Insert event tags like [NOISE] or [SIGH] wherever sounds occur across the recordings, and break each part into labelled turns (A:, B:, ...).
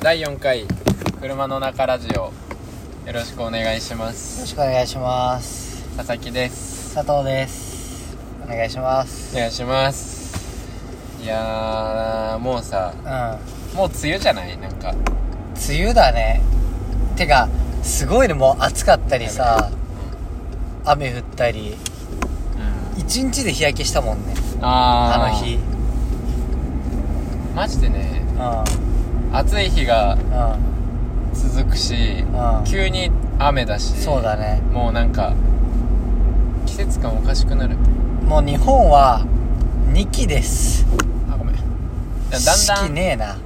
A: 第4回車の中ラジオよろしくお願いしま
B: よろ
A: す
B: しくお願いします
A: 佐々木です
B: 佐藤ですお願いします
A: お願いしますいやーもうさ
B: うん梅
A: もう梅雨じゃないなんか
B: 雨だねてかすごいねもう暑かったりさ雨降ったり
A: うん
B: 一日で日焼けしたもんねあ
A: あー
B: の日
A: マジでね
B: う
A: 暑い日が
B: んうん
A: 続くし
B: うん
A: 急に雨だし
B: そうだね
A: もうなんか季節感おかしくなる
B: もう日本は2期です
A: あごめんだだんだ
B: 四季
A: ん、
B: ねえな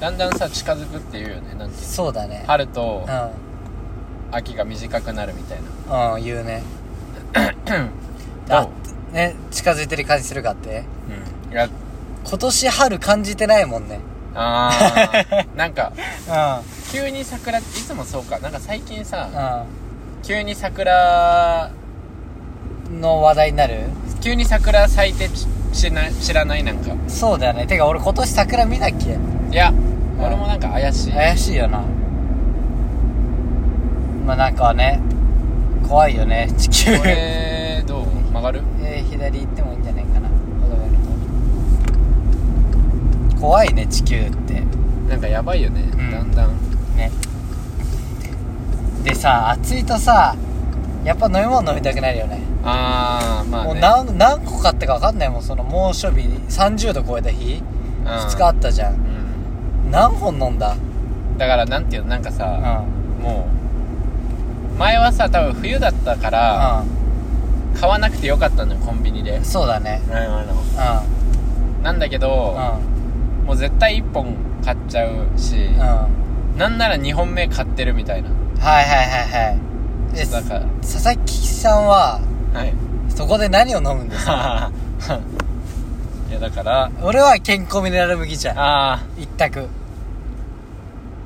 A: だんだんさ近づくっていうよねなんていうの
B: そうだね
A: 春と
B: う
A: 秋が短くなるみたい
B: んうん言うね
A: な
B: あね近づいてる感じするかって
A: うんが
B: 今年春感じてないもんね
A: あ
B: [LAUGHS]
A: ーなんか
B: うん
A: 急に桜いつもそうかなんか最近さ
B: う
A: 急に桜
B: んの話題になる
A: 急に桜咲いてち知な知らないなんか
B: そうだよねてか俺今年桜見なきゃ
A: いや俺もなんか怪しい
B: 怪しいよなまあなんかね怖いよね地球
A: こ
B: [LAUGHS] え
A: れどう曲がる
B: ー左行ってもいいんじゃないかなこの上の方怖いね地球って
A: なんかやばいよね、
B: ん
A: だんだん
B: ねでさ暑いとさやっぱ飲み物飲みたくなるよね
A: あーまあ、ね、
B: もう何何個買ったか分かんないもんその猛暑日30度超えた日2日あ
A: う
B: ったじゃん
A: ん、
B: 何本飲んだ
A: だからなんていうのなんか
B: うん
A: さ、もう前はさ多分冬だったから、買わなくてよかったのよコンビニで
B: うんそうだねう
A: なんだけ
B: ん
A: ど、もう絶対1本買っちゃうし、
B: うんうんはい
A: なんなら2本目買ってるみたいな
B: はいはいはいで
A: ちょっとなんか
B: 佐々木さんは
A: はい
B: そこで何を飲むんですか
A: [LAUGHS] いやだから
B: 俺は健康ミネラル麦茶
A: あ
B: 一択うん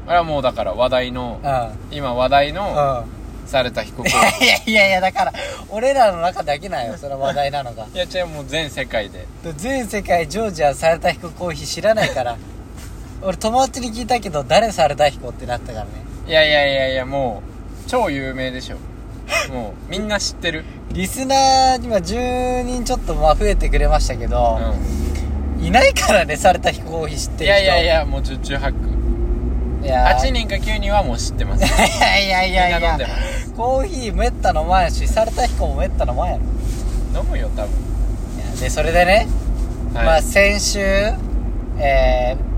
A: あれはもうだから話題の
B: うん
A: 今話題の
B: い
A: 猿田被告 [LAUGHS]
B: やいやいやだから俺らの中だけなんよその話題なのが
A: いや違うもう全世界で
B: 全世界ジョージアサルタヒココーヒー知らないから俺友達に聞いたけど誰サルタヒコってなったからね
A: いやいやいやいやもう超有名でしょもうみんな知ってる
B: リスナーには10人ちょっとまあ増えてくれましたけ
A: う
B: ど、
A: ん
B: いないからねサルタヒココーヒー知って
A: い
B: る
A: や
B: 人
A: いやいやもう十中八九
B: いやー
A: 8人か9人はもう知ってます
B: いやいやいやい
A: みんな飲んで
B: や
A: ま
B: コーヒーめったの前やしサルタヒコもめったの前やろ
A: 飲むよ多分
B: でそれでね、
A: はい
B: まあ先週えー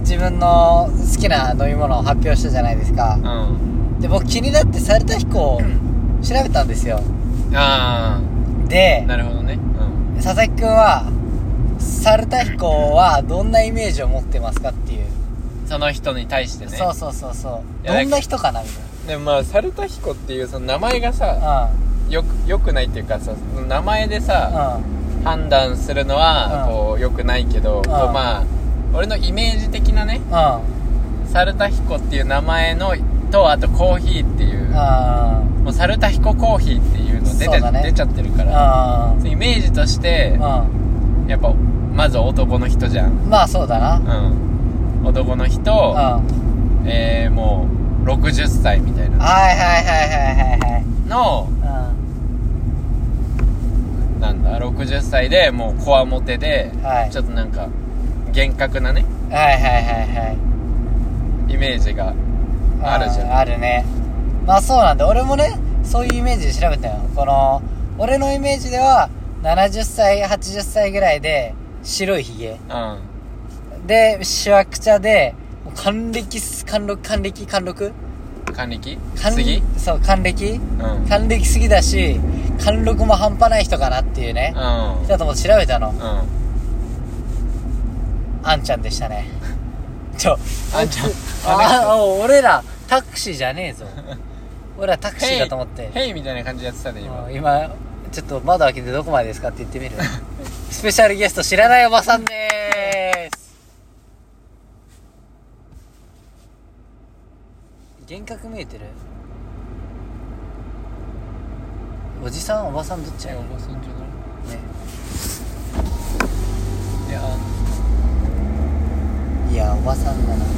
B: 自分の好きな飲み物を発表したじゃないですか
A: うん
B: で僕気になってサルタヒコを調べたんですよ
A: ああ
B: で
A: なるほどねうん
B: 佐々木くんはサルタヒコはどんなイメージを持ってますかっていう、
A: その人に対してね
B: そうそうそうそう
A: いや
B: どんな人かなみ
A: でもまあ猿田彦っていうその名前が
B: たい
A: さ
B: な
A: よくよくないっていうかさその名前でさ、
B: うんうん
A: 判断するのは
B: うん
A: こうよくないけど、こうまあ俺のイメージ的なね
B: うん
A: 猿田彦っていう名前のとあとコーヒーっていう、
B: あ
A: もう猿田彦コーヒーっていうの出
B: そう
A: て、
B: だね
A: 出ちゃってるから、
B: あ
A: そうイメージとして、
B: うん
A: やっぱまず男の人じゃん
B: まあそうだな
A: うん男の人、
B: うんはい
A: えー、もう60歳みたいな
B: はいはいはいはいはい
A: の
B: う
A: なんだ60歳でもうこわもてで、
B: んはい
A: ちょっとなんか厳格なね
B: はいはいはいはい
A: イメージがあるじゃん
B: あるねまあそうなんだ俺もねそういうイメージで調べたよこの俺のイメージでは70歳80歳ぐらいで白いひげ
A: うん
B: でしわくちゃでもう還暦す還暦還暦還暦
A: 還暦
B: 還
A: 次
B: そう還暦
A: うんうん
B: 還暦すぎだし還暦も半端ない人かなっていうね
A: うん
B: だと思って調べたのあんちゃんでしたね [LAUGHS] ちょ
A: あんちゃん
B: ああ俺らタクシーじゃねえ
A: [LAUGHS]
B: ぞ俺らタクシーだと思って
A: ヘイみたいな感じでやってたね今
B: もう今ちょっと窓開けてどこまでですかって言ってみる [LAUGHS] スペシャルゲスト知らないおばさんでーす幻覚見えてるおじさんおばさんどっちや
A: おばさんじゃ
B: ね
A: ないいや
B: いやおばさんだない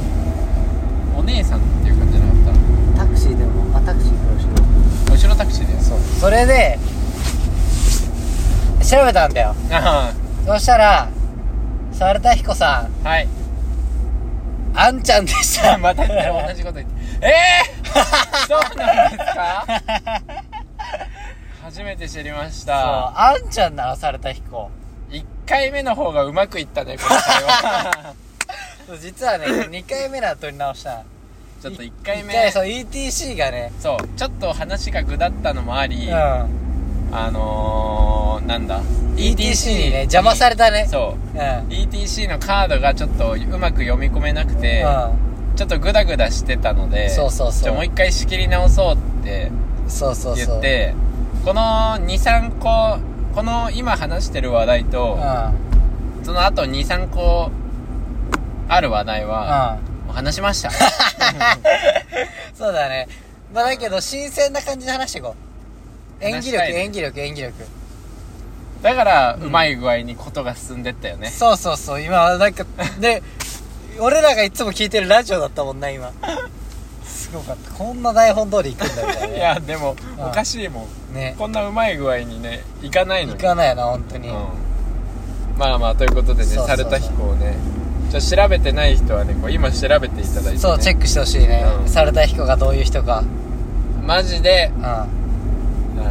A: 姉さんっていう感じじゃなかっ
B: タクシーでもまあタクシーの後ろ
A: た後ろタクシーだよ
B: そうそれで調べたんだよ
A: あ
B: そしたら猿田彦さん
A: あはい [LAUGHS]
B: あんちゃんでした
A: また同じこと言ってええー、 [LAUGHS] そうなんですか初めて知りまし
B: そう
A: た
B: あんちゃんなの猿田彦
A: 1回目の方がうまくいったね今回は
B: そう実はね
A: [LAUGHS]
B: 2回目なの撮り直した
A: ちょっと1回目
B: 一回そう ETC がね
A: そうちょっと話がぐだったのもあ
B: う
A: り、
B: ん
A: あのー、なんだ
B: ETC にね邪魔されたね
A: そう
B: うん
A: ETC のカードがちょっとうまく読み込めなくて、
B: う
A: ちょっとグダグダしてたので
B: そうそうそう
A: じゃあもう一回仕切り直そうって
B: んそうそうそう
A: 言ってこの23個この今話してる話題
B: う
A: と
B: んう、ん
A: その後23個ある話題は、もう話しま
B: [LAUGHS]
A: した
B: そうだねまあだけど新鮮な感じで話していこう演
A: 話
B: 技
A: し
B: 力
A: たいね
B: 演技力演技力
A: だから、うまい具合にことが進んでったよね
B: そうそうそう今なんかで俺らがいつも聞いてるラジオだったもんな今すごかったこんな台本通り行くんだみたいない
A: [LAUGHS] やでも、
B: うん
A: おかしいもん
B: ね
A: こんなうまい具合にねいかないの
B: 行
A: に
B: かないよな本当に、
A: うん、まあまあということでね
B: そうそうそう
A: 猿田彦をねちょっと調べてない人はねこう今調べていただいて、ね、
B: そうチェックしてほしいね、
A: うん
B: 猿田彦がどういう人か
A: マジで
B: う
A: あの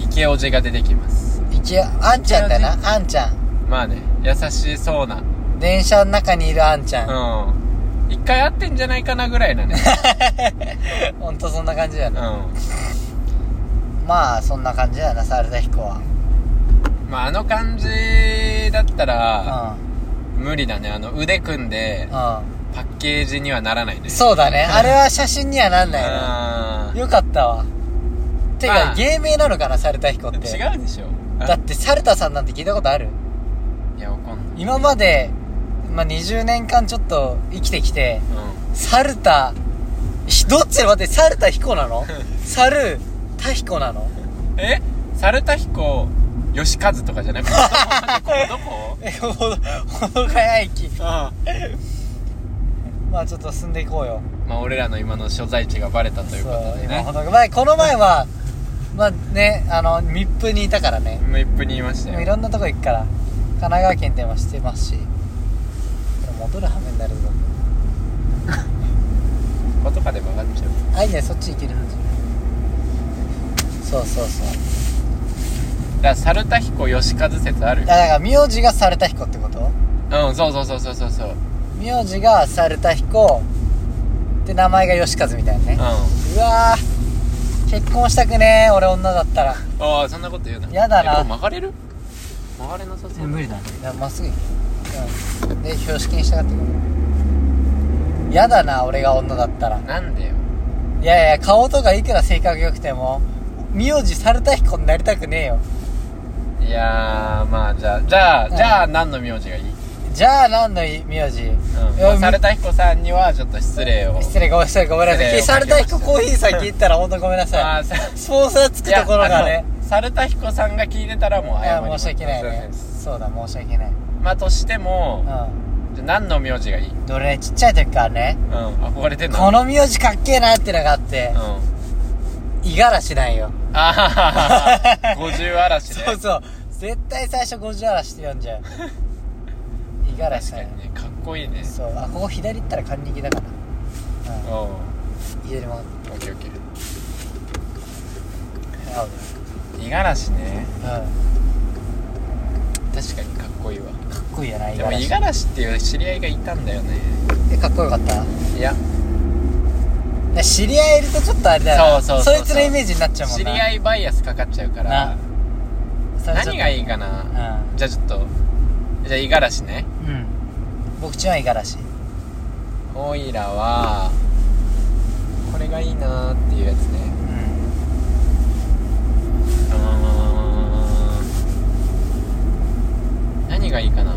A: ー、イケオジが出てきます
B: ん一応あんちゃんだよなあんちゃん
A: まあね優しそうな
B: 電車の中にいるあんちゃん、
A: うん一回会ってんじゃないかなぐらいな
B: [LAUGHS]
A: ね
B: ほんとそんな感じだよ
A: うん
B: な、まあそんな感じだよな猿田彦は
A: まああの感じだったら
B: う
A: 無理だねあの腕組んで
B: んう
A: パッケージにはならないね
B: んそうだねあれは写真にはなんないな
A: あー
B: よかったわて
A: ま
B: か
A: あ
B: 芸名なのかな猿田彦って
A: 違うでしょ
B: だって猿田さんなんて聞いたことある
A: いやわかんない
B: 今まで、まあ、20年間ちょっと生きてきて
A: う
B: 猿田ひどっち待って猿田彦な [LAUGHS] の猿田彦なの
A: ん [LAUGHS] え猿田彦義和とかじゃな [LAUGHS] くてどこ
B: えほどほどがや駅
A: あ
B: まあちょっと進んでいこうよ
A: まあ俺らの今の所在地がバレたということで
B: 今
A: ね
B: ほどが前この前はまあねあの密封にいたからね
A: もう一分に言いまし
B: で
A: た
B: もい
A: よ
B: ろんなとこ行くから神奈川県でもしてますしこれ戻る羽目になるぞ
A: こことかで曲がっちゃう
B: あいいねそっち行けるはずそうそうそう
A: だから猿田彦義和説ある
B: いやだから名字が猿田彦ってこ
A: う
B: と
A: んそうそうそうそうそうそううん
B: 名字が猿田彦で名前が義和みたいなねうわー結婚したくねー俺女だったら
A: ああそんなこと言うな
B: やだな
A: えこれ曲がれる曲がれなさそう
B: 理だねまっすぐ行くうんで標識に従ってくるやだな俺が女だったら
A: なんでよ
B: いやいや顔とかいくら性格良くても名字猿田彦になりたくねえよ
A: いやーまあじゃあじゃあ、
B: うん
A: じゃあ何の名字がいい、うん
B: じゃあ何の名字、い
A: ま
B: や
A: あ、猿田彦さんにはちょっと失礼を
B: 失礼ごめんなさいごめんなさい
A: 失礼を
B: 猿
A: かけま
B: 田
A: した
B: 彦コーヒーさん聞いたら本当ごめんな
A: あ
B: さ
A: ーさ
B: いスポンサーつくところが
A: あ
B: ね
A: の猿田彦さんが聞いてたらもう
B: いや
A: 謝ります
B: 申し訳ない
A: すませ
B: ね
A: ん
B: そうだ申し訳ない
A: まあとしても、
B: う
A: じゃあ何の名字がいいうん
B: んで俺ねちっちゃい時からね
A: 憧れてんの
B: この名字かっけえなってのがあって
A: うんあ
B: 五十嵐なんよ
A: はは [LAUGHS] は五十嵐ね
B: そうそう絶対最初五十嵐って呼ん
A: [LAUGHS]
B: じゃう五十
A: 確
B: 嵐さ
A: か
B: んよ
A: にねかっこいいね
B: そうあここ左行ったらカンニギだから
A: うんオ
B: うん左も
A: ッケーオッケー
B: 青で
A: 五十嵐ね
B: うんか
A: 確かにかっこいいわ
B: っこいいよな五
A: で
B: 十
A: も五十
B: 嵐
A: 嵐っていう知り合いがいたんだよね
B: えかっこよかった
A: いや
B: ね知り合いいるとちょっとあれだよな
A: そうそうそうそう
B: いつのイメージになっちゃうもん
A: 知
B: な
A: り合いバイアスかかっちゃうから
B: なそれちょっと
A: 何がいいか
B: う
A: なんじゃあちょっとじゃあ五十嵐ね
B: うん僕ちは五十嵐
A: オイラはこれがいいなーっていうやつね
B: うん
A: あー何がいいかな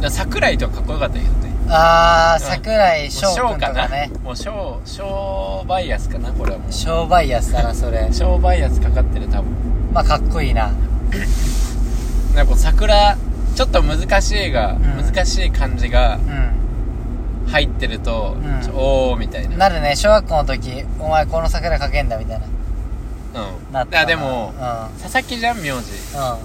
A: でも桜井とかかっこよかったけどねも
B: あー
A: うん
B: 桜井
A: う
B: 翔くんと
A: か
B: か
A: な
B: ね
A: もう翔翔バイアスかなこれはもう
B: 商売やつだなそれ
A: 翔バイアスかかってる多分
B: まあかっこいいな
A: なんかこう桜ちょっと難しいが、
B: ん
A: 難しい感じが
B: うん
A: 流入ってると、
B: うん
A: ちょおーみたいな
B: なるね小学校の時お前この桜かけんだみたいな
A: うん
B: なったない
A: やでも
B: うんうん
A: 佐々木じゃん名字あ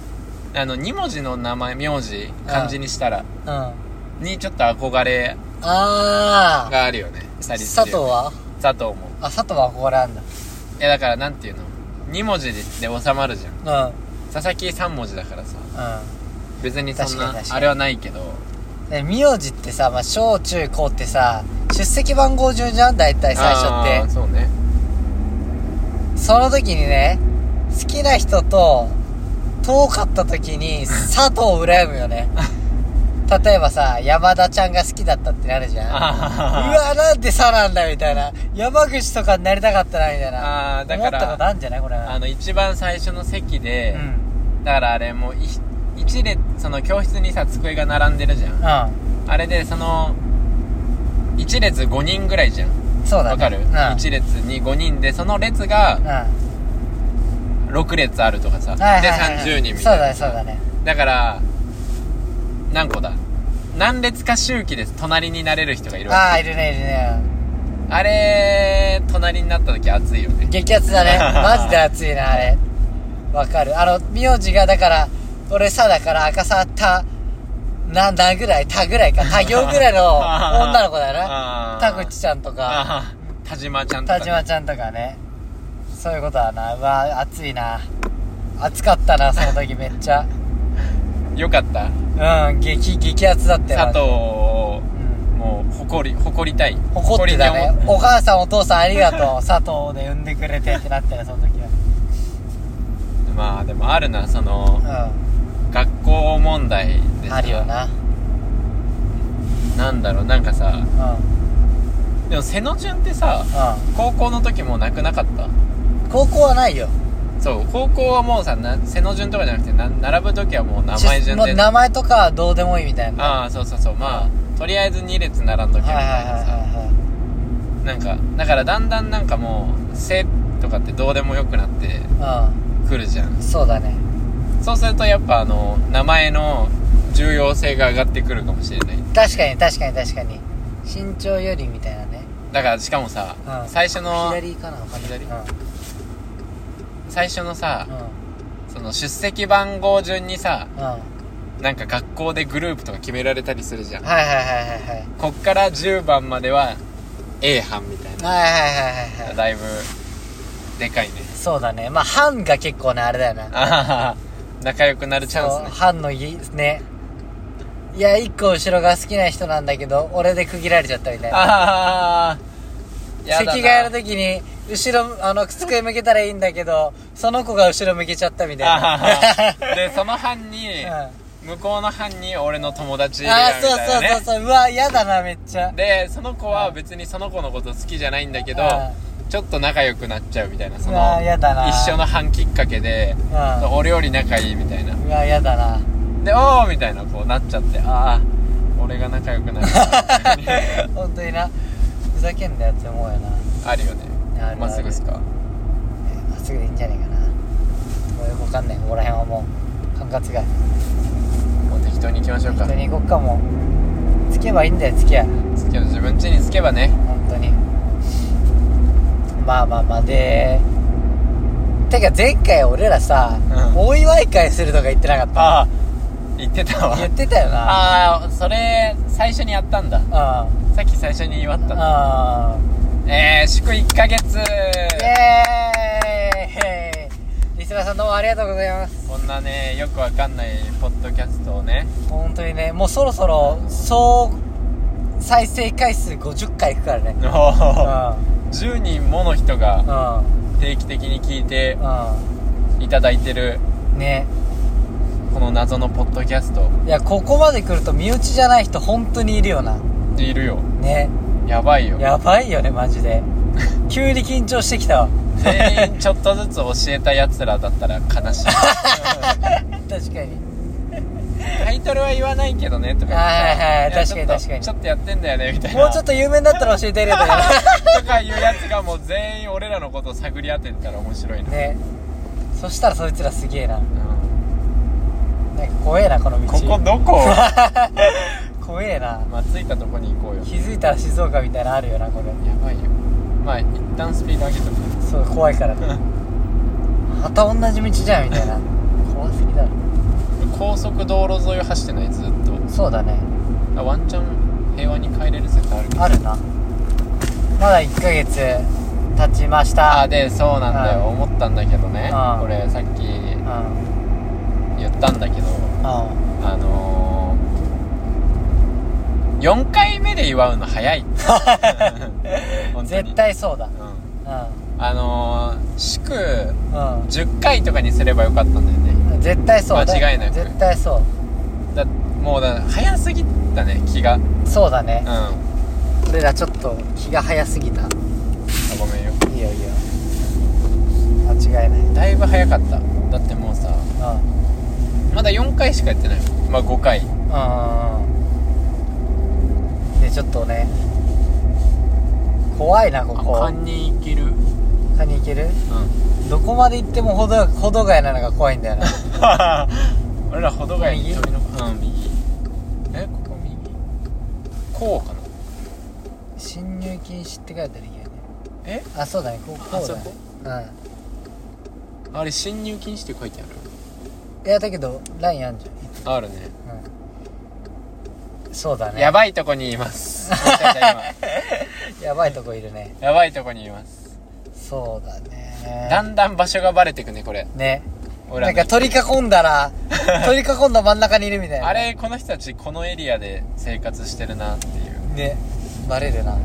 A: の2文字の名前名字漢字にしたら
B: うん
A: にちょっと憧れ
B: ああ
A: があるよね二人っていう
B: 佐藤は
A: 佐藤も
B: あ佐藤は憧れあんだ
A: いやだからなんていうの2文字で収まるじゃん
B: うん
A: 佐々木3文字だからさ
B: う
A: 別にそん
B: 確かに
A: な
B: 確かに
A: あれはないけど
B: んで名字ってさ、まあ、小中高ってさ出席番号順じゃん大体最
A: あ
B: 初
A: ー
B: って
A: そうね
B: その時にね好きな人と遠かった時に佐藤を羨む
A: [LAUGHS]
B: よね例えばさ山田ちゃんが好きだったってなるじゃんう
A: あ
B: わなんでさなんだみたいな山口とかになりたかったなみたいな
A: あーだから
B: 思ったことあるんじゃないこれ
A: [LAUGHS] ーあの一番最初の席
B: う
A: で、
B: ん
A: だからあれもうい一列その教室にさ机が並んでるじゃん
B: う
A: あれでその一列5人ぐらいじゃん
B: んそうだね
A: わかる、
B: うん
A: 一列に5人でその列が
B: うん
A: 6列あるとかさ、
B: はいはいはいはい
A: で30人み
B: そ
A: た
B: う
A: い
B: だ
A: な
B: ねそうだね
A: だから何個だ何列か周期で隣になれる人がいるわ
B: ああいるねいるね
A: けあれ隣になった時熱いよね
B: 激アツだ
A: [LAUGHS]
B: ねマジで熱いなあれわかるあの名字がだから俺さだから赤さたなんだぐらいたぐらいかた行ぐら
A: [LAUGHS]
B: いの女の子だよな
A: あー
B: 田口ちゃんとか
A: ああ田島ちゃんとか
B: 田島ちゃんとかねそういうことだなうわ熱いな熱かったなその
A: [LAUGHS]
B: 時めっちゃ
A: よかった
B: うん激激アツだったよ
A: 佐藤を
B: うん
A: もう誇り誇りたい
B: 怒っ
A: 誇り
B: てた
A: に
B: ねお母さんお父さんありがとう佐藤で産んでくれてってなったよその時
A: 思っまあでもあるなその
B: は
A: 学校問題
B: う
A: で
B: ん
A: さ
B: あるよな
A: なんだろうなんかさ
B: うん
A: でも背の順ってさ
B: う
A: 高校の時もうなくなかった
B: ん高校はないよ
A: そう高校はもうさな背の順とかじゃなくてな並ぶ時はもう名前順
B: もう
A: で
B: 名前とかはどうでもいいみたいな
A: ああそうそうそうまあとりあえず2列並んどきゃみ
B: はいはい
A: たいな
B: は
A: さ
B: いはい
A: なんかだからだんだんなんかもう「背」とかってどうでもよくなって
B: は
A: くるじゃん
B: いうんそうだね
A: そうするとやっぱあの名前の重要性が上がってくるかもしれない
B: 確かに確かに確かに身長よりみたいなね
A: だからしかもさ、
B: うん
A: 最初の
B: 左かなわかんない
A: 左
B: うんうん
A: 最初のさ、その出席番号順にさ
B: うんはい
A: なんか学校でグループとか決められたりするじゃん
B: はいはいはいはい
A: こっから10番までは A 班みたいな
B: はいはいはいはいはい
A: だいぶでかいね
B: そうだねまあ班が結構ねあれだよな
A: あはは仲良くなるチャンス
B: そう
A: ね
B: 班のいねいや一個後ろが好きな人なんだけど俺で区切られちゃったみたいな
A: ああやだな
B: 席替えの時に後ろあの机向けたらいいんだけどその子が後ろ向けちゃったみたい
A: あはは
B: な
A: でその班に
B: [LAUGHS] うんあ
A: 向こうの班に俺の友達いるよ
B: ー
A: み
B: そう
A: たいなね
B: そうそうそううわ嫌だなめっちゃ
A: でその子は別にその子のこと好きじゃないんだけど
B: あ
A: ちょっと仲良くなっちゃうみたいなその
B: あーやだな
A: 一緒の班きっかけで
B: うんう
A: 俺より仲いいみたいな
B: わ嫌だな
A: でおーみたいなこうなっちゃってああ俺が仲良くな
B: [LAUGHS]
A: る
B: 本当になふざけんなよって思うよな
A: あるよね
B: あるある
A: まっすぐですか
B: まっすぐでいいんじゃねえかな俺わかんないここら辺はもう管轄外
A: もう適当に行きましょうか
B: 本当に行こっかもうつけばいいんだよつけば
A: つけど自分家につけばね
B: 本当にまあまあまあでてか前回俺らさ、
A: うん
B: お祝い会するとか言ってなかった
A: ああ言ってたわ
B: 言ってたよな
A: ああそれ最初にやったんだ
B: あ
A: さっき最初に祝ったの
B: あ
A: えー、祝1ヶ月
B: イエーイリスナーさんどうもありがとうございます
A: こんなねよくわかんないポッドキャストをね
B: 本当にねもうそろそろ総再生回数50回いくからね
A: お
B: うん
A: ー10人もの人が
B: う
A: 定期的に聞いて
B: ん
A: いただいてる
B: うんね
A: この謎のポッドキャスト
B: いやここまで来ると身内じゃない人本当にいるよない
A: るよ
B: ね
A: やばいよ
B: やばいよねマジで急に緊張してきたわ
A: 全員ちょっとずつ教えたやつらだったら悲
B: [LAUGHS]
A: しい
B: 確かに
A: タイトルは言わないけどねとか言ってさ
B: はいはいは
A: や
B: い確かに
A: ちょっと
B: 確かに
A: ちょっとやってんだよねみたいな
B: もうちょっと有名になったら教えてあげれば
A: とかいうやつがもう全員俺らのことを探り当てたら面白いな、
B: [LAUGHS] ねねそしたらそいつらすげえななん
A: うん
B: か怖えなこの道
A: ここどこ
B: こ怖えな
A: [LAUGHS] まあ着いたとこに行こうよ
B: 気づいたら静岡みたいなのあるよなこれ
A: やばいよまあ一旦スピード上
B: [LAUGHS]
A: げとく
B: そう怖いからねまた同じ道じゃんみたいな [LAUGHS] 怖すぎだろ
A: 高速道路沿いを走ってないずっと
B: そうだね
A: あワンチャン平和に帰れる説あるけど
B: あるなまだ1ヶ月経ちました
A: あでそうなんだよ、
B: はい
A: 思ったんだけどね
B: あー
A: これさっき
B: うん
A: 言ったんだけど
B: うん
A: あのー、4回目で祝うの早い
B: [LAUGHS]
A: [LAUGHS] 本当に
B: 絶対そうだ
A: うん
B: う
A: あのー、祝
B: んう
A: 10回とかにすればよかったんだよね
B: ん絶対そうだ
A: 間違いなく
B: 絶対そ
A: だもうだ早すぎたね気がうん
B: うそうだね
A: あ
B: 俺らちょっと気が早すぎた
A: ごめんよ
B: いいよいいよ間違いないうん
A: だいぶ早かっただってもうさまだ4回しかやってないもんまあ5回
B: うんうんでちょっとね怖いなこ
A: あ
B: こ
A: 勘にいけ [LAUGHS] るうん
B: カニ行けるどこまで行ってもほどほどがいなのが怖いんだよな [LAUGHS]
A: 俺らほどがい
B: 右
A: 鳥のうん右えここ右こうかな
B: 侵入禁止って書いてあるけどね
A: え
B: あそうだねこうこ
A: あ
B: う
A: そ
B: だね
A: こ
B: う
A: あれ侵入禁止って書いてある
B: んいやだけどラインあんじ
A: あるね
B: ゃん、うん、そうだね
A: やばいとこにいますめちゃめちゃ
B: やばいとこいるね
A: [LAUGHS] 今やばいとこにいます
B: そうだね
A: だんだん場所がバレてくねこれ
B: ね
A: 俺
B: な
A: ら
B: ん
A: の
B: か取り囲んだ
A: [LAUGHS]
B: ら取り囲んだ真ん中にいるみたいな
A: あれこの人たちこのエリアで生活してるなっていう
B: ねバレるな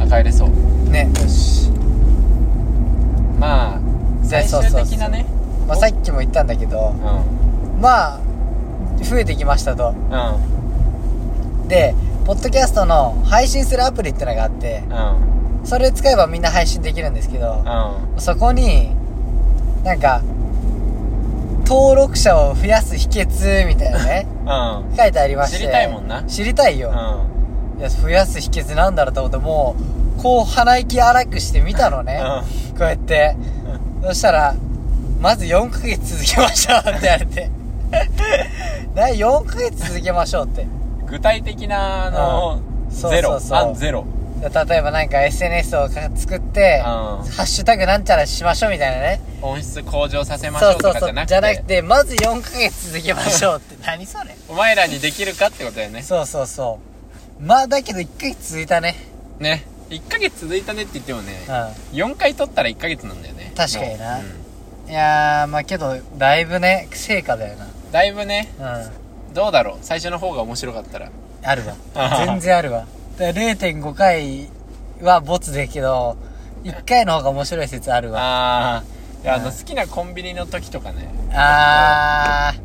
A: あ帰れそう
B: ねよし、
A: まあ
B: で
A: 最
B: そう
A: 終
B: そうそう
A: 的なね
B: まあ、さっきも言ったんだけど
A: う
B: まあ増えてきましたと
A: んうん
B: でポッドキャストの配信するアプリってのがあって
A: うん
B: それ使えばみんな配信できるんですけど
A: うん
B: そこになんか登録者を増やす秘訣みたいなね
A: [LAUGHS] うん
B: 書いてありまして
A: 知りたいもんな
B: 知りたいよ、
A: うん
B: いや増やす秘訣なんだろうと思ってもうこう鼻息荒くしてみたのね、こうやってそしたら「まず4ヶ月続けましょう」って言われて「な4ヶ月続けましょう」って
A: 具体的なあの
B: うんそう
A: ゼ
B: そ
A: ロ
B: うそう
A: 案ゼロ
B: 例えばなんか SNS をか作って「ハ
A: うん
B: ッシュタグなんちゃらしましょう」みたいなね
A: 音質向上させましょうとかじゃなくて
B: じゃなくてまず4ヶ月続けましょう
A: [LAUGHS]
B: って何それ
A: お前らにできるかってことだよね
B: そうそうそうまあだけど1ヶ月続いたね
A: ね1ヶ月続いたねって言ってもね
B: う
A: 4回取ったら1ヶ月なんだよね
B: 確かにな
A: もう
B: いやーまあけどだいぶね成果だよ
A: うんだいぶね
B: なうん
A: どうだろう最初の方が面白かったら
B: あるわ全
A: 全
B: 然あるわだから0.5回はボツだけど1回の方が面白い説あるわ
A: あーいやあの
B: うん
A: 好きなコンビニの時とかね
B: あー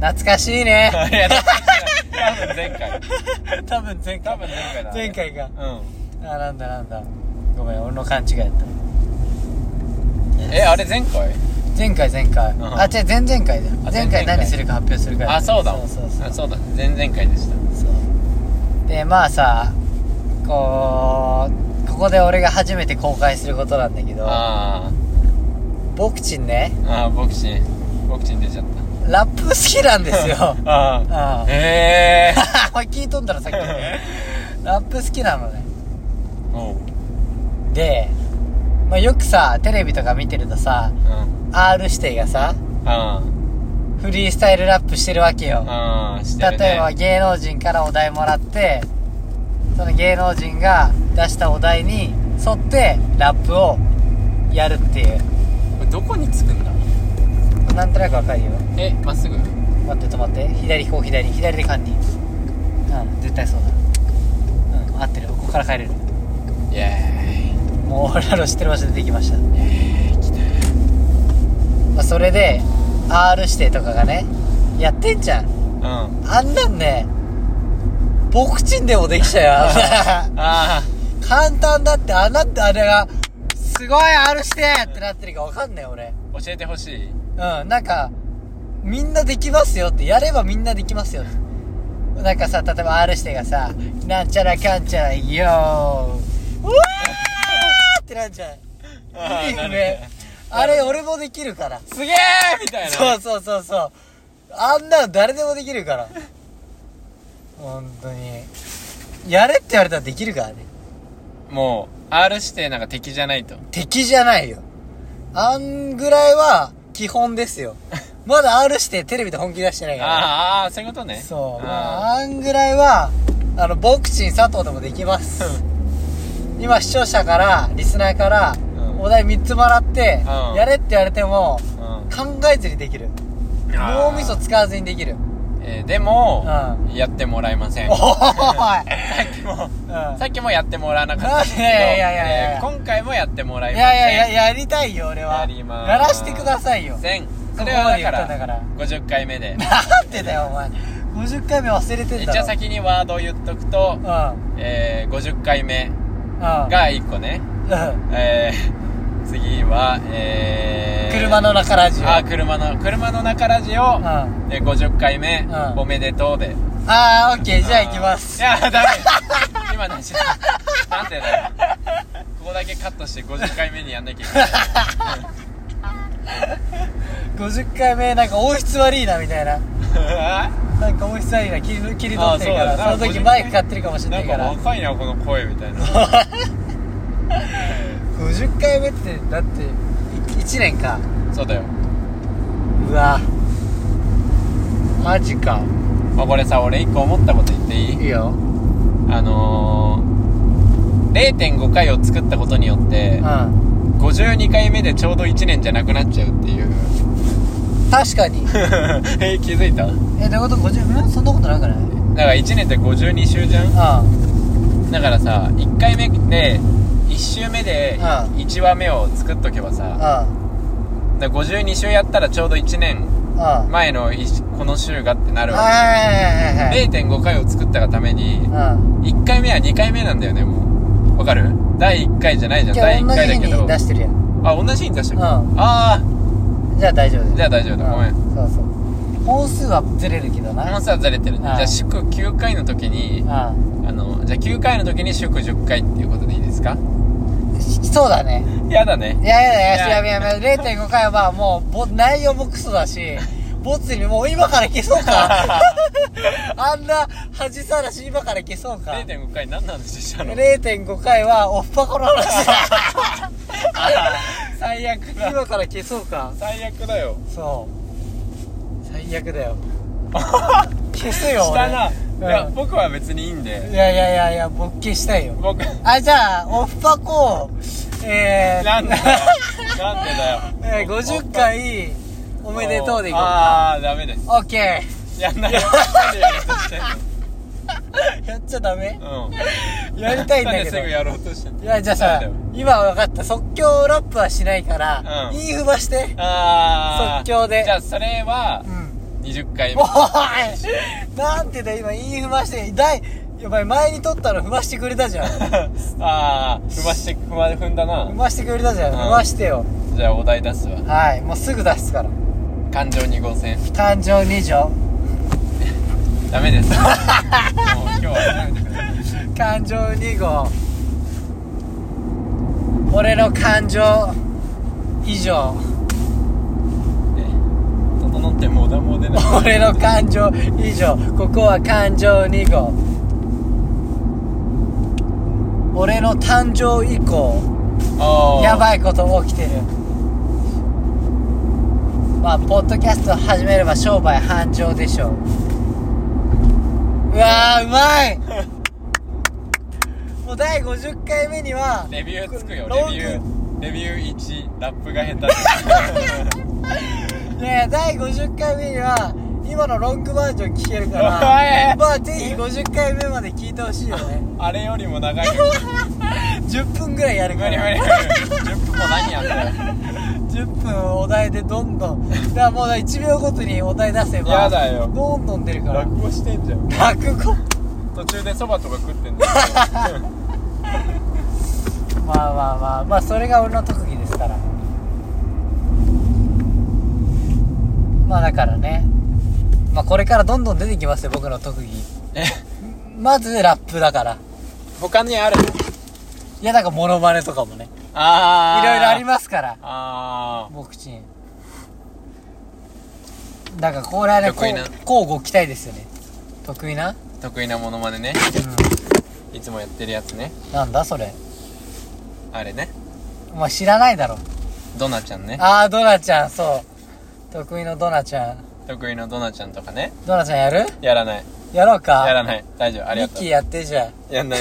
B: 懐かしいね
A: い [LAUGHS] やだから多分前回
B: 多分前
A: [LAUGHS] 多分前回だ
B: 前回が
A: う
B: あなんだなんだごめん俺の勘違いだった
A: んえあれ前回
B: 前回前回、
A: ん
B: あ違う前々回だよ
A: あ前
B: 前
A: 々
B: 回
A: 回
B: 何するか発表するから
A: あそうだ
B: そうそうそう
A: あそうだ前々回でした
B: そうでまあさこうここで俺が初めて公開することなんだけど
A: あ
B: ボクチンね
A: ーあーボクシンボクシン出ちゃっ
B: ラップ好きなんですよ
A: たあ
B: あ
A: あええ [LAUGHS]
B: あお前 [LAUGHS] 聞いとんだろさっきラップ好きなのね
A: ー、おう
B: で、まあ、よくさテレビとか見てるとさ
A: うん
B: R 指定がさ
A: あ
B: フリースタイルラップしてるわけ
A: ー
B: よ、
A: あーしてるね
B: 例えば芸能人からお題もらってその芸能人が出したお題に沿ってラップをやるっていう
A: これどこに着くんだ
B: なんとなくわかるよ
A: えまっすぐ
B: 待って止まって左こう左左で管理うん絶対そうだうん合ってるここから帰れる
A: イエ
B: もう俺らの知ってる場所出てきました、
A: ーイイエーイ来た
B: まあ、それで R 指定とかがねやってんじゃん
A: うんあ
B: あんなんねボクチンでもできちゃうよ [LAUGHS]
A: あ
B: 簡単だってあんなってあれがすごい R 指定ってなってるかわかんない俺
A: ー教えてほしい
B: うんなんかみんなできますよってやればみんなできますよってなんかさ例えば R 指定がさなんちゃらかんちゃらよーうわーってなんじゃん
A: あー
B: いい
A: なる
B: ね
A: ね
B: あれ俺もできるから
A: すげえみたいな
B: そうそうそうそうあんなの誰でもできるから本当に。やれって言われたらできるからね。
A: もう R 指定なんか敵じゃないと
B: 敵じゃないよ。あんぐらいは基本で
A: [LAUGHS]
B: すよ。まだ R してテレビで本気出してないから。
A: あーあーそういうことね
B: そう。まあ、
A: あ
B: あんぐらいは、あの、ボクチン佐藤でもできます。今、視聴者から、リスナーから、
A: うん
B: お題3つもらって、
A: うん
B: やれって言われても、
A: ーうん
B: 考えずにできる。
A: あー
B: 脳みそ使わずにできる。
A: えーでも
B: う
A: やってもらえません
B: お
A: さ
B: ーい
A: っきも
B: うん
A: [LAUGHS] さっきもやってもらわなかったんですけど
B: いやいやいやいやいや
A: えー今回もやってもらい
B: い
A: ません
B: やいやいや、やりたいよ、俺は。
A: やります
B: やらしてくださいよ。
A: せんそ
B: こまで
A: れはだか
B: 言ったんだから
A: ら50回目
B: [LAUGHS]
A: で
B: なんでだよ、お前。50回目忘れてんだろ。
A: じゃあ先にワードを言っとくと
B: うん。うん。
A: えー50回目
B: うん。
A: が1個ねえー次はえー
B: 車の中ラジオ。
A: あー車の車の中ラジ
B: う
A: オ
B: ん。あ
A: で50回目
B: うん
A: おめでとうで
B: あー、オッケー。じゃあ行きます。
A: いやダメ今の話なんでだよここだけカットして50回目にやんなきゃいけない
B: 50回目、なんか音質悪いな、みたいな。なんか音質悪いな、切り切り取ってるから。
A: あーそうだな
B: その時マイク買ってるかもしれ
A: な
B: なんい
A: か
B: から。
A: 若いなこの声みたいな
B: 50回目って、だって、1年か。
A: そうだよ
B: うわ。マジか。
A: まあこれさ俺一個思ったこと言っていい
B: いいよ。
A: あのー、0.5回を作ったことによっ
B: う
A: て
B: ん。
A: 52回目でちょうど1年じゃなくなっちゃうっていう [LAUGHS]
B: 確かに。
A: え気づいただか
B: え、どういうこと ?50? んそんなことないからね。
A: ら1年って52週じゃん
B: うん。
A: だからさ1回目で1週目で
B: う
A: 1話目を作っとけばさ
B: あ
A: だから52週やったらちょうど1年
B: あああ
A: 前のいこの週がってなる
B: は
A: わ
B: いはいはいはいは
A: け
B: い
A: 0.5回を作ったがために
B: うん
A: 1回目は2回目なんだよねもうわかる第1回じゃないじゃん
B: 今
A: 第
B: 日
A: 1
B: 同
A: 回だけ
B: じ日
A: ど
B: に出してるやん
A: あ同じ日に出してる、
B: うん
A: ああ
B: じゃあ大丈夫だよ
A: じゃあ大丈夫だごめん
B: うそうそう本数はずれるけどな
A: 本数はずれてるねじ
B: はい
A: ゃあ祝9回の時に
B: あ
A: あのじゃあ9回の時に祝10回っていうことでいいですか
B: あしそうだね
A: やだね
B: いやいやいや
A: いや
B: やめやめやめ0.5回はまあもうぼ内容もクソだしボツにもう今から消そうかあんな恥さらし今から消そうか
A: 0.5回何なんでしたの
B: 0.5回はおっぱこの話だ
A: 最悪だ
B: 今から消そうか
A: 最悪だよ
B: そう最悪だよ消すよ
A: したな、
B: 俺
A: いや
B: うん
A: 僕は別にいいんで
B: いやいやいやいや勃起したいよ
A: 僕
B: あじゃあオフパコえー、
A: なんでだよなんでだよ、
B: [LAUGHS] えー、50回おめでとうでいこうか
A: ああーダメです
B: オッケ
A: やんないよなんでやろうとしてん
B: ーやっちゃダメ
A: のうん
B: やりたいんだけど
A: なんですぐやろうとしてんの
B: いやじゃあ
A: なん
B: さ
A: だよ
B: 今分かった即興ラップはしないから、
A: うん
B: 言いふばして
A: ああ
B: 即興で
A: じゃあそれは
B: うん
A: 20回目
B: おいなんてだ今言いふばして第やばい前に撮ったの踏ましてくれたじゃん
A: ああ踏まして踏ま踏んだな
B: 踏ましてくれたじゃん、
A: うん
B: 踏ましてよ
A: じゃあお題出すわ
B: はいもうすぐ出すから
A: 感情2号線
B: 感情2条
A: ダメですもう今日はやめてください
B: 感情2号俺の感情以上
A: え整ってもうだもう出ない
B: 俺の感情以上ここは感情2号俺の誕生以降
A: あー
B: やばいこと起きてるまあポッドキャストを始めれば商売繁盛でしょううわーう
A: [LAUGHS]
B: まいもう第50回目には
A: レビューつくよ
B: ロン
A: レ
B: グ
A: ビューレビュー1ラップが下手
B: ねえ第50回目には今のロングバージョン聞けるか
A: お
B: ら
A: い
B: まあぜひ50回目まで聞いてほしいよ [LAUGHS] ね
A: あれよりも長いよ
B: 10分ぐらいやる
A: 無
B: か
A: 理無
B: ら
A: 理無理10分も何やんだよ
B: 10分お題でどんどんだからもう1秒ごとにお題出せば
A: やだよ
B: どんどん出るから
A: 落語してんじゃん
B: 落語
A: 途中でそばとか食ってんだよ
B: まあまあまあまあそれが俺の特技ですからまあだからねまあこれからどんどん出てきますよ僕の特技
A: え
B: まずラップだから
A: 他にある
B: いやだからモノマネとかもね
A: ああ
B: いろいろありますから
A: あ
B: ボクチンだからこれはね
A: 得意な
B: こう交互期待ですよね得意な
A: あ得意なモノマネねいつもやってるやつね
B: うん。なんだそれ。
A: あれね
B: お前知らないだろ。
A: ドナちゃんね
B: あー、ドナちゃん、そう。得意のドナちゃん。
A: 得意のドナちゃんとかね
B: ドナちゃんやる
A: やらない
B: やろうか。
A: やらない大丈夫あり
B: ミ
A: が
B: ッ
A: と
B: キーやってじゃん。
A: うやんない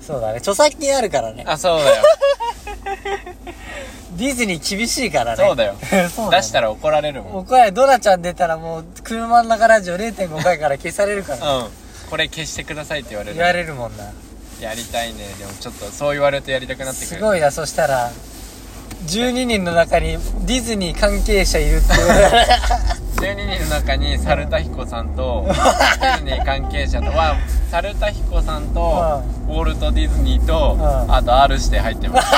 B: そうだね。著作権あるからね。
A: あそうだよ
B: ディズニー厳しいからね。
A: そうだよ
B: [LAUGHS] そう
A: 出した
B: ら。
A: ら怒られるもん
B: もうこれ、ドナちゃん出たらもう、車の中ラジオ0.5回から消されるから。
A: うんこれ消してくださいって言われる
B: 言われるもんな。
A: やりたいねでもちょっとそう言われるとやりたくなってく
B: す
A: る
B: ごいな、そしたら、12人の中にディズニー関係者いるって。
A: [LAUGHS] 12人の中に猿田彦さん
B: [LAUGHS]
A: とディズニー関係者とは猿田彦さんとウォルト・ディズニーと
B: うん
A: あと R して入ってます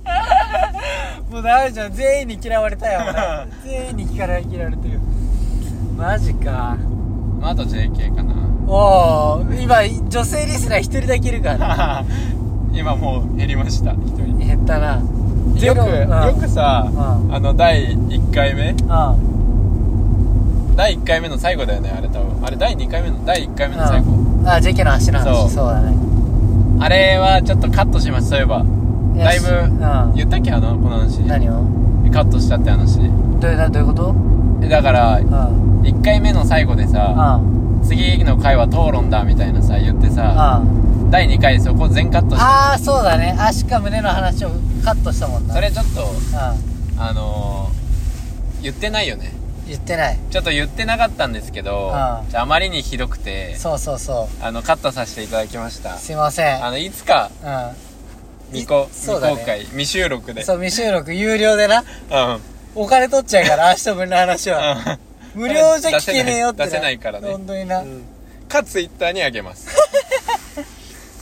B: [LAUGHS] もうダメじゃん全員に嫌われたよ
A: [LAUGHS]
B: 俺全員に嫌われ嫌われてるマジか
A: まああと JK か
B: おお今女性リスナー一人だけいるからね
A: な [LAUGHS] 今もう減りました一人
B: 減ったな
A: よく
B: うん
A: よくさ
B: うん
A: あの第1回目
B: あ
A: 第1回目の最後だよねあれ多分あれ第2回目の第1回目の最後
B: あ JK の話の話
A: そ
B: そううだね
A: あれはちょっとカットしますそういえば
B: いや
A: だいぶ
B: しうん
A: 言ったっけあのこの話
B: 何を
A: カットしたって話
B: どういうどういうこと
A: えだから
B: うん
A: 1回目の最後で
B: う
A: さ
B: ん
A: 次の回は討論だみたいなさ言ってさ
B: うん
A: 第2回そこ全カットして
B: ああそうだね足か胸の話をカットしたもんな
A: それちょっと
B: うん
A: あのー、言ってないよね
B: 言ってない
A: ちょっと言ってなかったんですけど
B: ああ
A: ちょあまりにひどくて
B: そうそうそ
A: あのカットさせていただきました
B: うすいません
A: あのいつか
B: う
A: 未公
B: い
A: 未
B: そうだね
A: 公開未収録で
B: んそう未収録有料でな
A: うん
B: お金取っちゃう
A: [LAUGHS]
B: から、明日分の話は。無料じゃ聞けねえよって。
A: 出せないからね
B: 本当にな。
A: うんかツイッターにあげます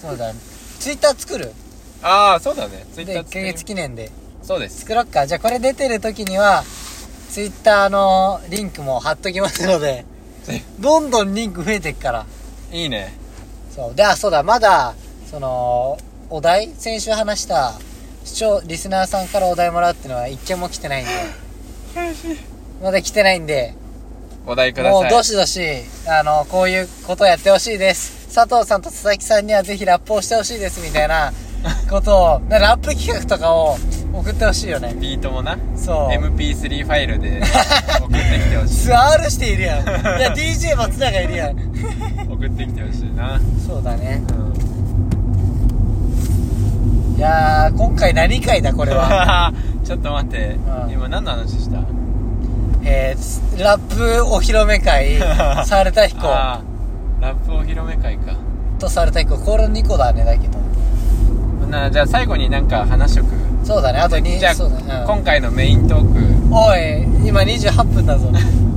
B: そうだね。ツイッター作る
A: ああそうだねツイッ
B: で、
A: ター
B: 1ヶ月記念で。
A: そうです
B: 作ろっか。じゃあこれ出てる時には、ツイッターのリンクも貼っときますので、どんどんリンク増えてっから。
A: いいね
B: そう。で、あ、そうだ、まだ、その、お題先週話した、視聴、リスナーさんからお題もらうってのは一件も来てない
A: [LAUGHS]
B: んで。まだ来てないんで、
A: お題くだ
B: もう
A: さい
B: どしどしあのこういうことをやってほしいです佐藤さんと佐々木さんにはぜひラップをしてほしいですみた
A: [LAUGHS]
B: いなことをなラップ企画とかを送ってほしいよね
A: ビートもな
B: そう
A: MP3 ファイルで送ってきてほしい
B: ス R しているやんいや DJ 松永いるやん [LAUGHS]
A: 送ってきてほしいな
B: そうだねいやー今回何回だこれは
A: [LAUGHS] ちょっと待って
B: うん
A: 今何の話した
B: えー、ラップお披露目
A: [LAUGHS]
B: 会サルタヒコ
A: あーラップお披露目会か
B: とサルタヒコこれ2個だねだけど
A: なじゃあ最後になんか話しとく
B: そうだねあと2
A: じゃあ、
B: そうだね、うん
A: 今回のメイントーク
B: おい今28分
A: [LAUGHS]
B: だぞ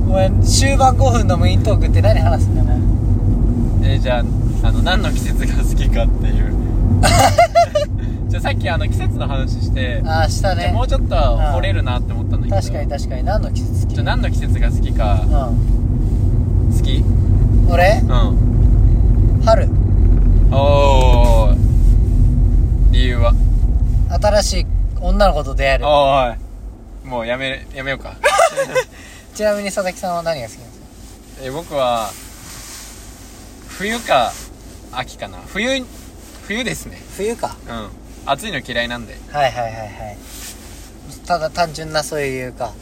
B: お前終盤5分のメイントークって何話すんだよな
A: えーじゃああの何の季節が好きかっていう
B: [LAUGHS]
A: じゃあさっきあの季節の話して、
B: あーした
A: じゃあ
B: ね
A: もうちょっと掘れるなって思ったんだけど
B: 確かに確かに何の季節好き
A: じゃあ何の季節が好きか好きう
B: うん俺
A: ん
B: 春
A: おー理由は
B: 新しい女の子と出会える
A: おーいもうやめやめようか
B: ちなみに佐々木さんは何が好きなんですか
A: え僕は冬か秋かな冬冬ですね
B: 冬か
A: うん暑いの嫌いなんでうん
B: はいはいはいはいただ単純なそういうか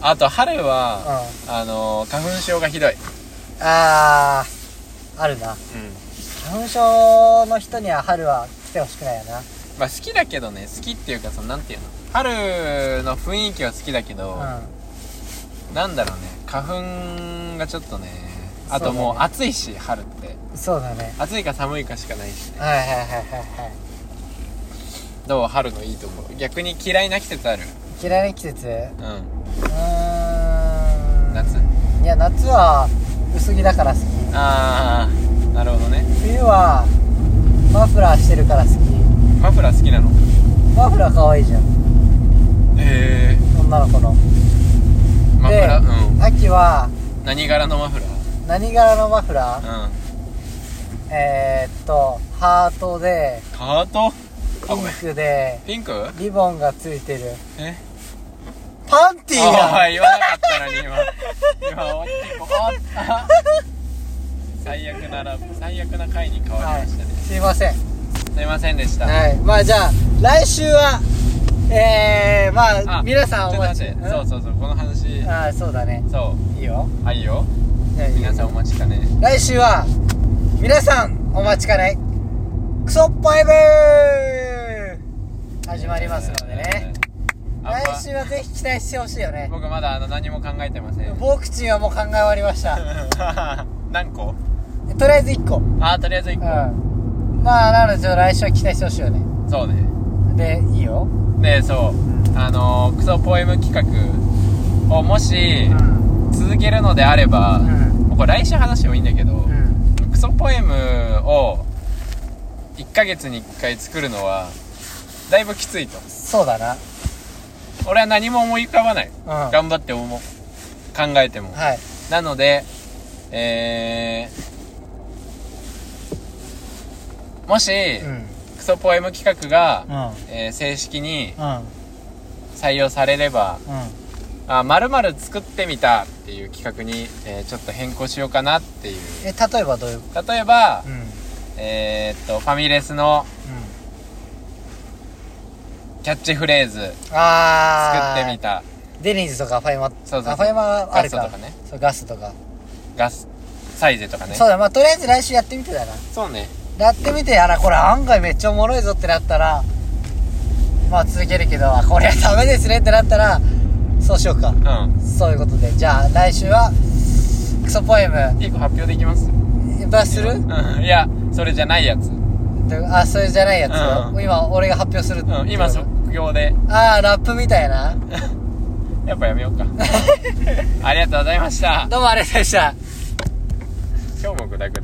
A: あと春
B: うん
A: は、あのー花粉症がひどい
B: あーあるな
A: うん
B: 花粉症の人には春は来てほしくないよな
A: まあ好きだけどね好きっていうかそのなんていうの春の雰囲気は好きだけど、
B: うん
A: なんだろうね花粉がちょっとねあ
B: そ
A: と
B: うだね
A: もう暑いし春って
B: そうだね
A: 暑いか寒いかしかないしね
B: はいはいはいはいはい
A: どう春のいいとこ逆に嫌いな季節ある
B: 嫌いな季
A: う
B: 節
A: ん
B: うーん
A: 夏
B: いや夏は薄着だから好き
A: ああなるほどね
B: 冬はマフラーしてるから好き
A: マフラー好きなの
B: マフラー可愛いじゃん
A: へえ
B: 女の子の
A: マフラー
B: で
A: うん
B: 秋は
A: 何柄のマフラー
B: 何柄のマフラ
A: う
B: ー
A: ん
B: えー、っとハートで
A: ハートあ
B: ピ
A: ごめん
B: ンクで
A: ピンク
B: リボンがついてる
A: え
B: パンティー
A: お
B: や
A: い言わなかったのに今今
B: [LAUGHS]
A: 結構あった最悪なら最悪な回に変わりましたね、
B: すいません
A: すいませんでした、
B: はいまあじゃあ来週はえー、まあ
A: あ
B: 皆さんお
A: ちょっと
B: 待
A: 待
B: ち
A: ってそうそうそうこの話
B: んああそうだね
A: そ
B: いいよ
A: うあいいよ
B: いやいいよ
A: 皆さんお待ちかね
B: 来週は皆さんお待ちかねクソファイブ始まりますのでね
A: あんま
B: 来週はぜひ期待してほしいよね
A: 僕まだあの何も考えてま
B: [LAUGHS]
A: せん
B: ボクチンはもう考え終わりました
A: 何個
B: とりあえず1個うん
A: あとりあえず1個、
B: まあなのでちょっと来週は期待してほしいよね
A: そうね
B: でいいよ
A: でそうあのクソポエム企画をもし
B: うん
A: 続けるのであれば、
B: うん
A: もうこれ来週話してもいいんだけど、
B: うん
A: クソポエムを1ヶ月に1回作るのはだいぶきついと
B: そうだな
A: 俺は何も思い浮かばない、
B: うん
A: 頑張って思う考えても、
B: はい
A: なのでえー、もし、
B: うん
A: クソポエム企画が、
B: うん
A: えー正式に
B: うん
A: 採用されれば
B: うん
A: あ丸々作ってみたっていう企画に、えーちょっと変更しようかなっていう
B: え例えばどういう
A: 例えば、
B: うんうん
A: えーっとファミレスのキャッチフレーズ
B: ああ
A: 作ってみた
B: デニーズとかファイマ
A: そうそうそう
B: あファイマはあ
A: ガス
B: るか
A: トとかね
B: そうガストとか
A: ガスサイゼとかね
B: そうだまあとりあえず来週やってみてだな
A: そうね
B: やってみてあらこれ案外めっちゃおもろいぞってなったらまあ続けるけどあこれはダメですねってなったらそうしようか
A: うん
B: そういうことでじゃあ来週はクソポエム
A: 一個発表できます
B: バスする
A: うんいやそれじゃないやつ、う
B: であそれじゃないやつを、
A: うん
B: 今俺が発表するってこと
A: ん、今即興で
B: ああラップみたいな
A: やっぱやめよう
B: [LAUGHS]
A: かありがとうございました
B: どうもありがとうございました
A: 今日もグダグダ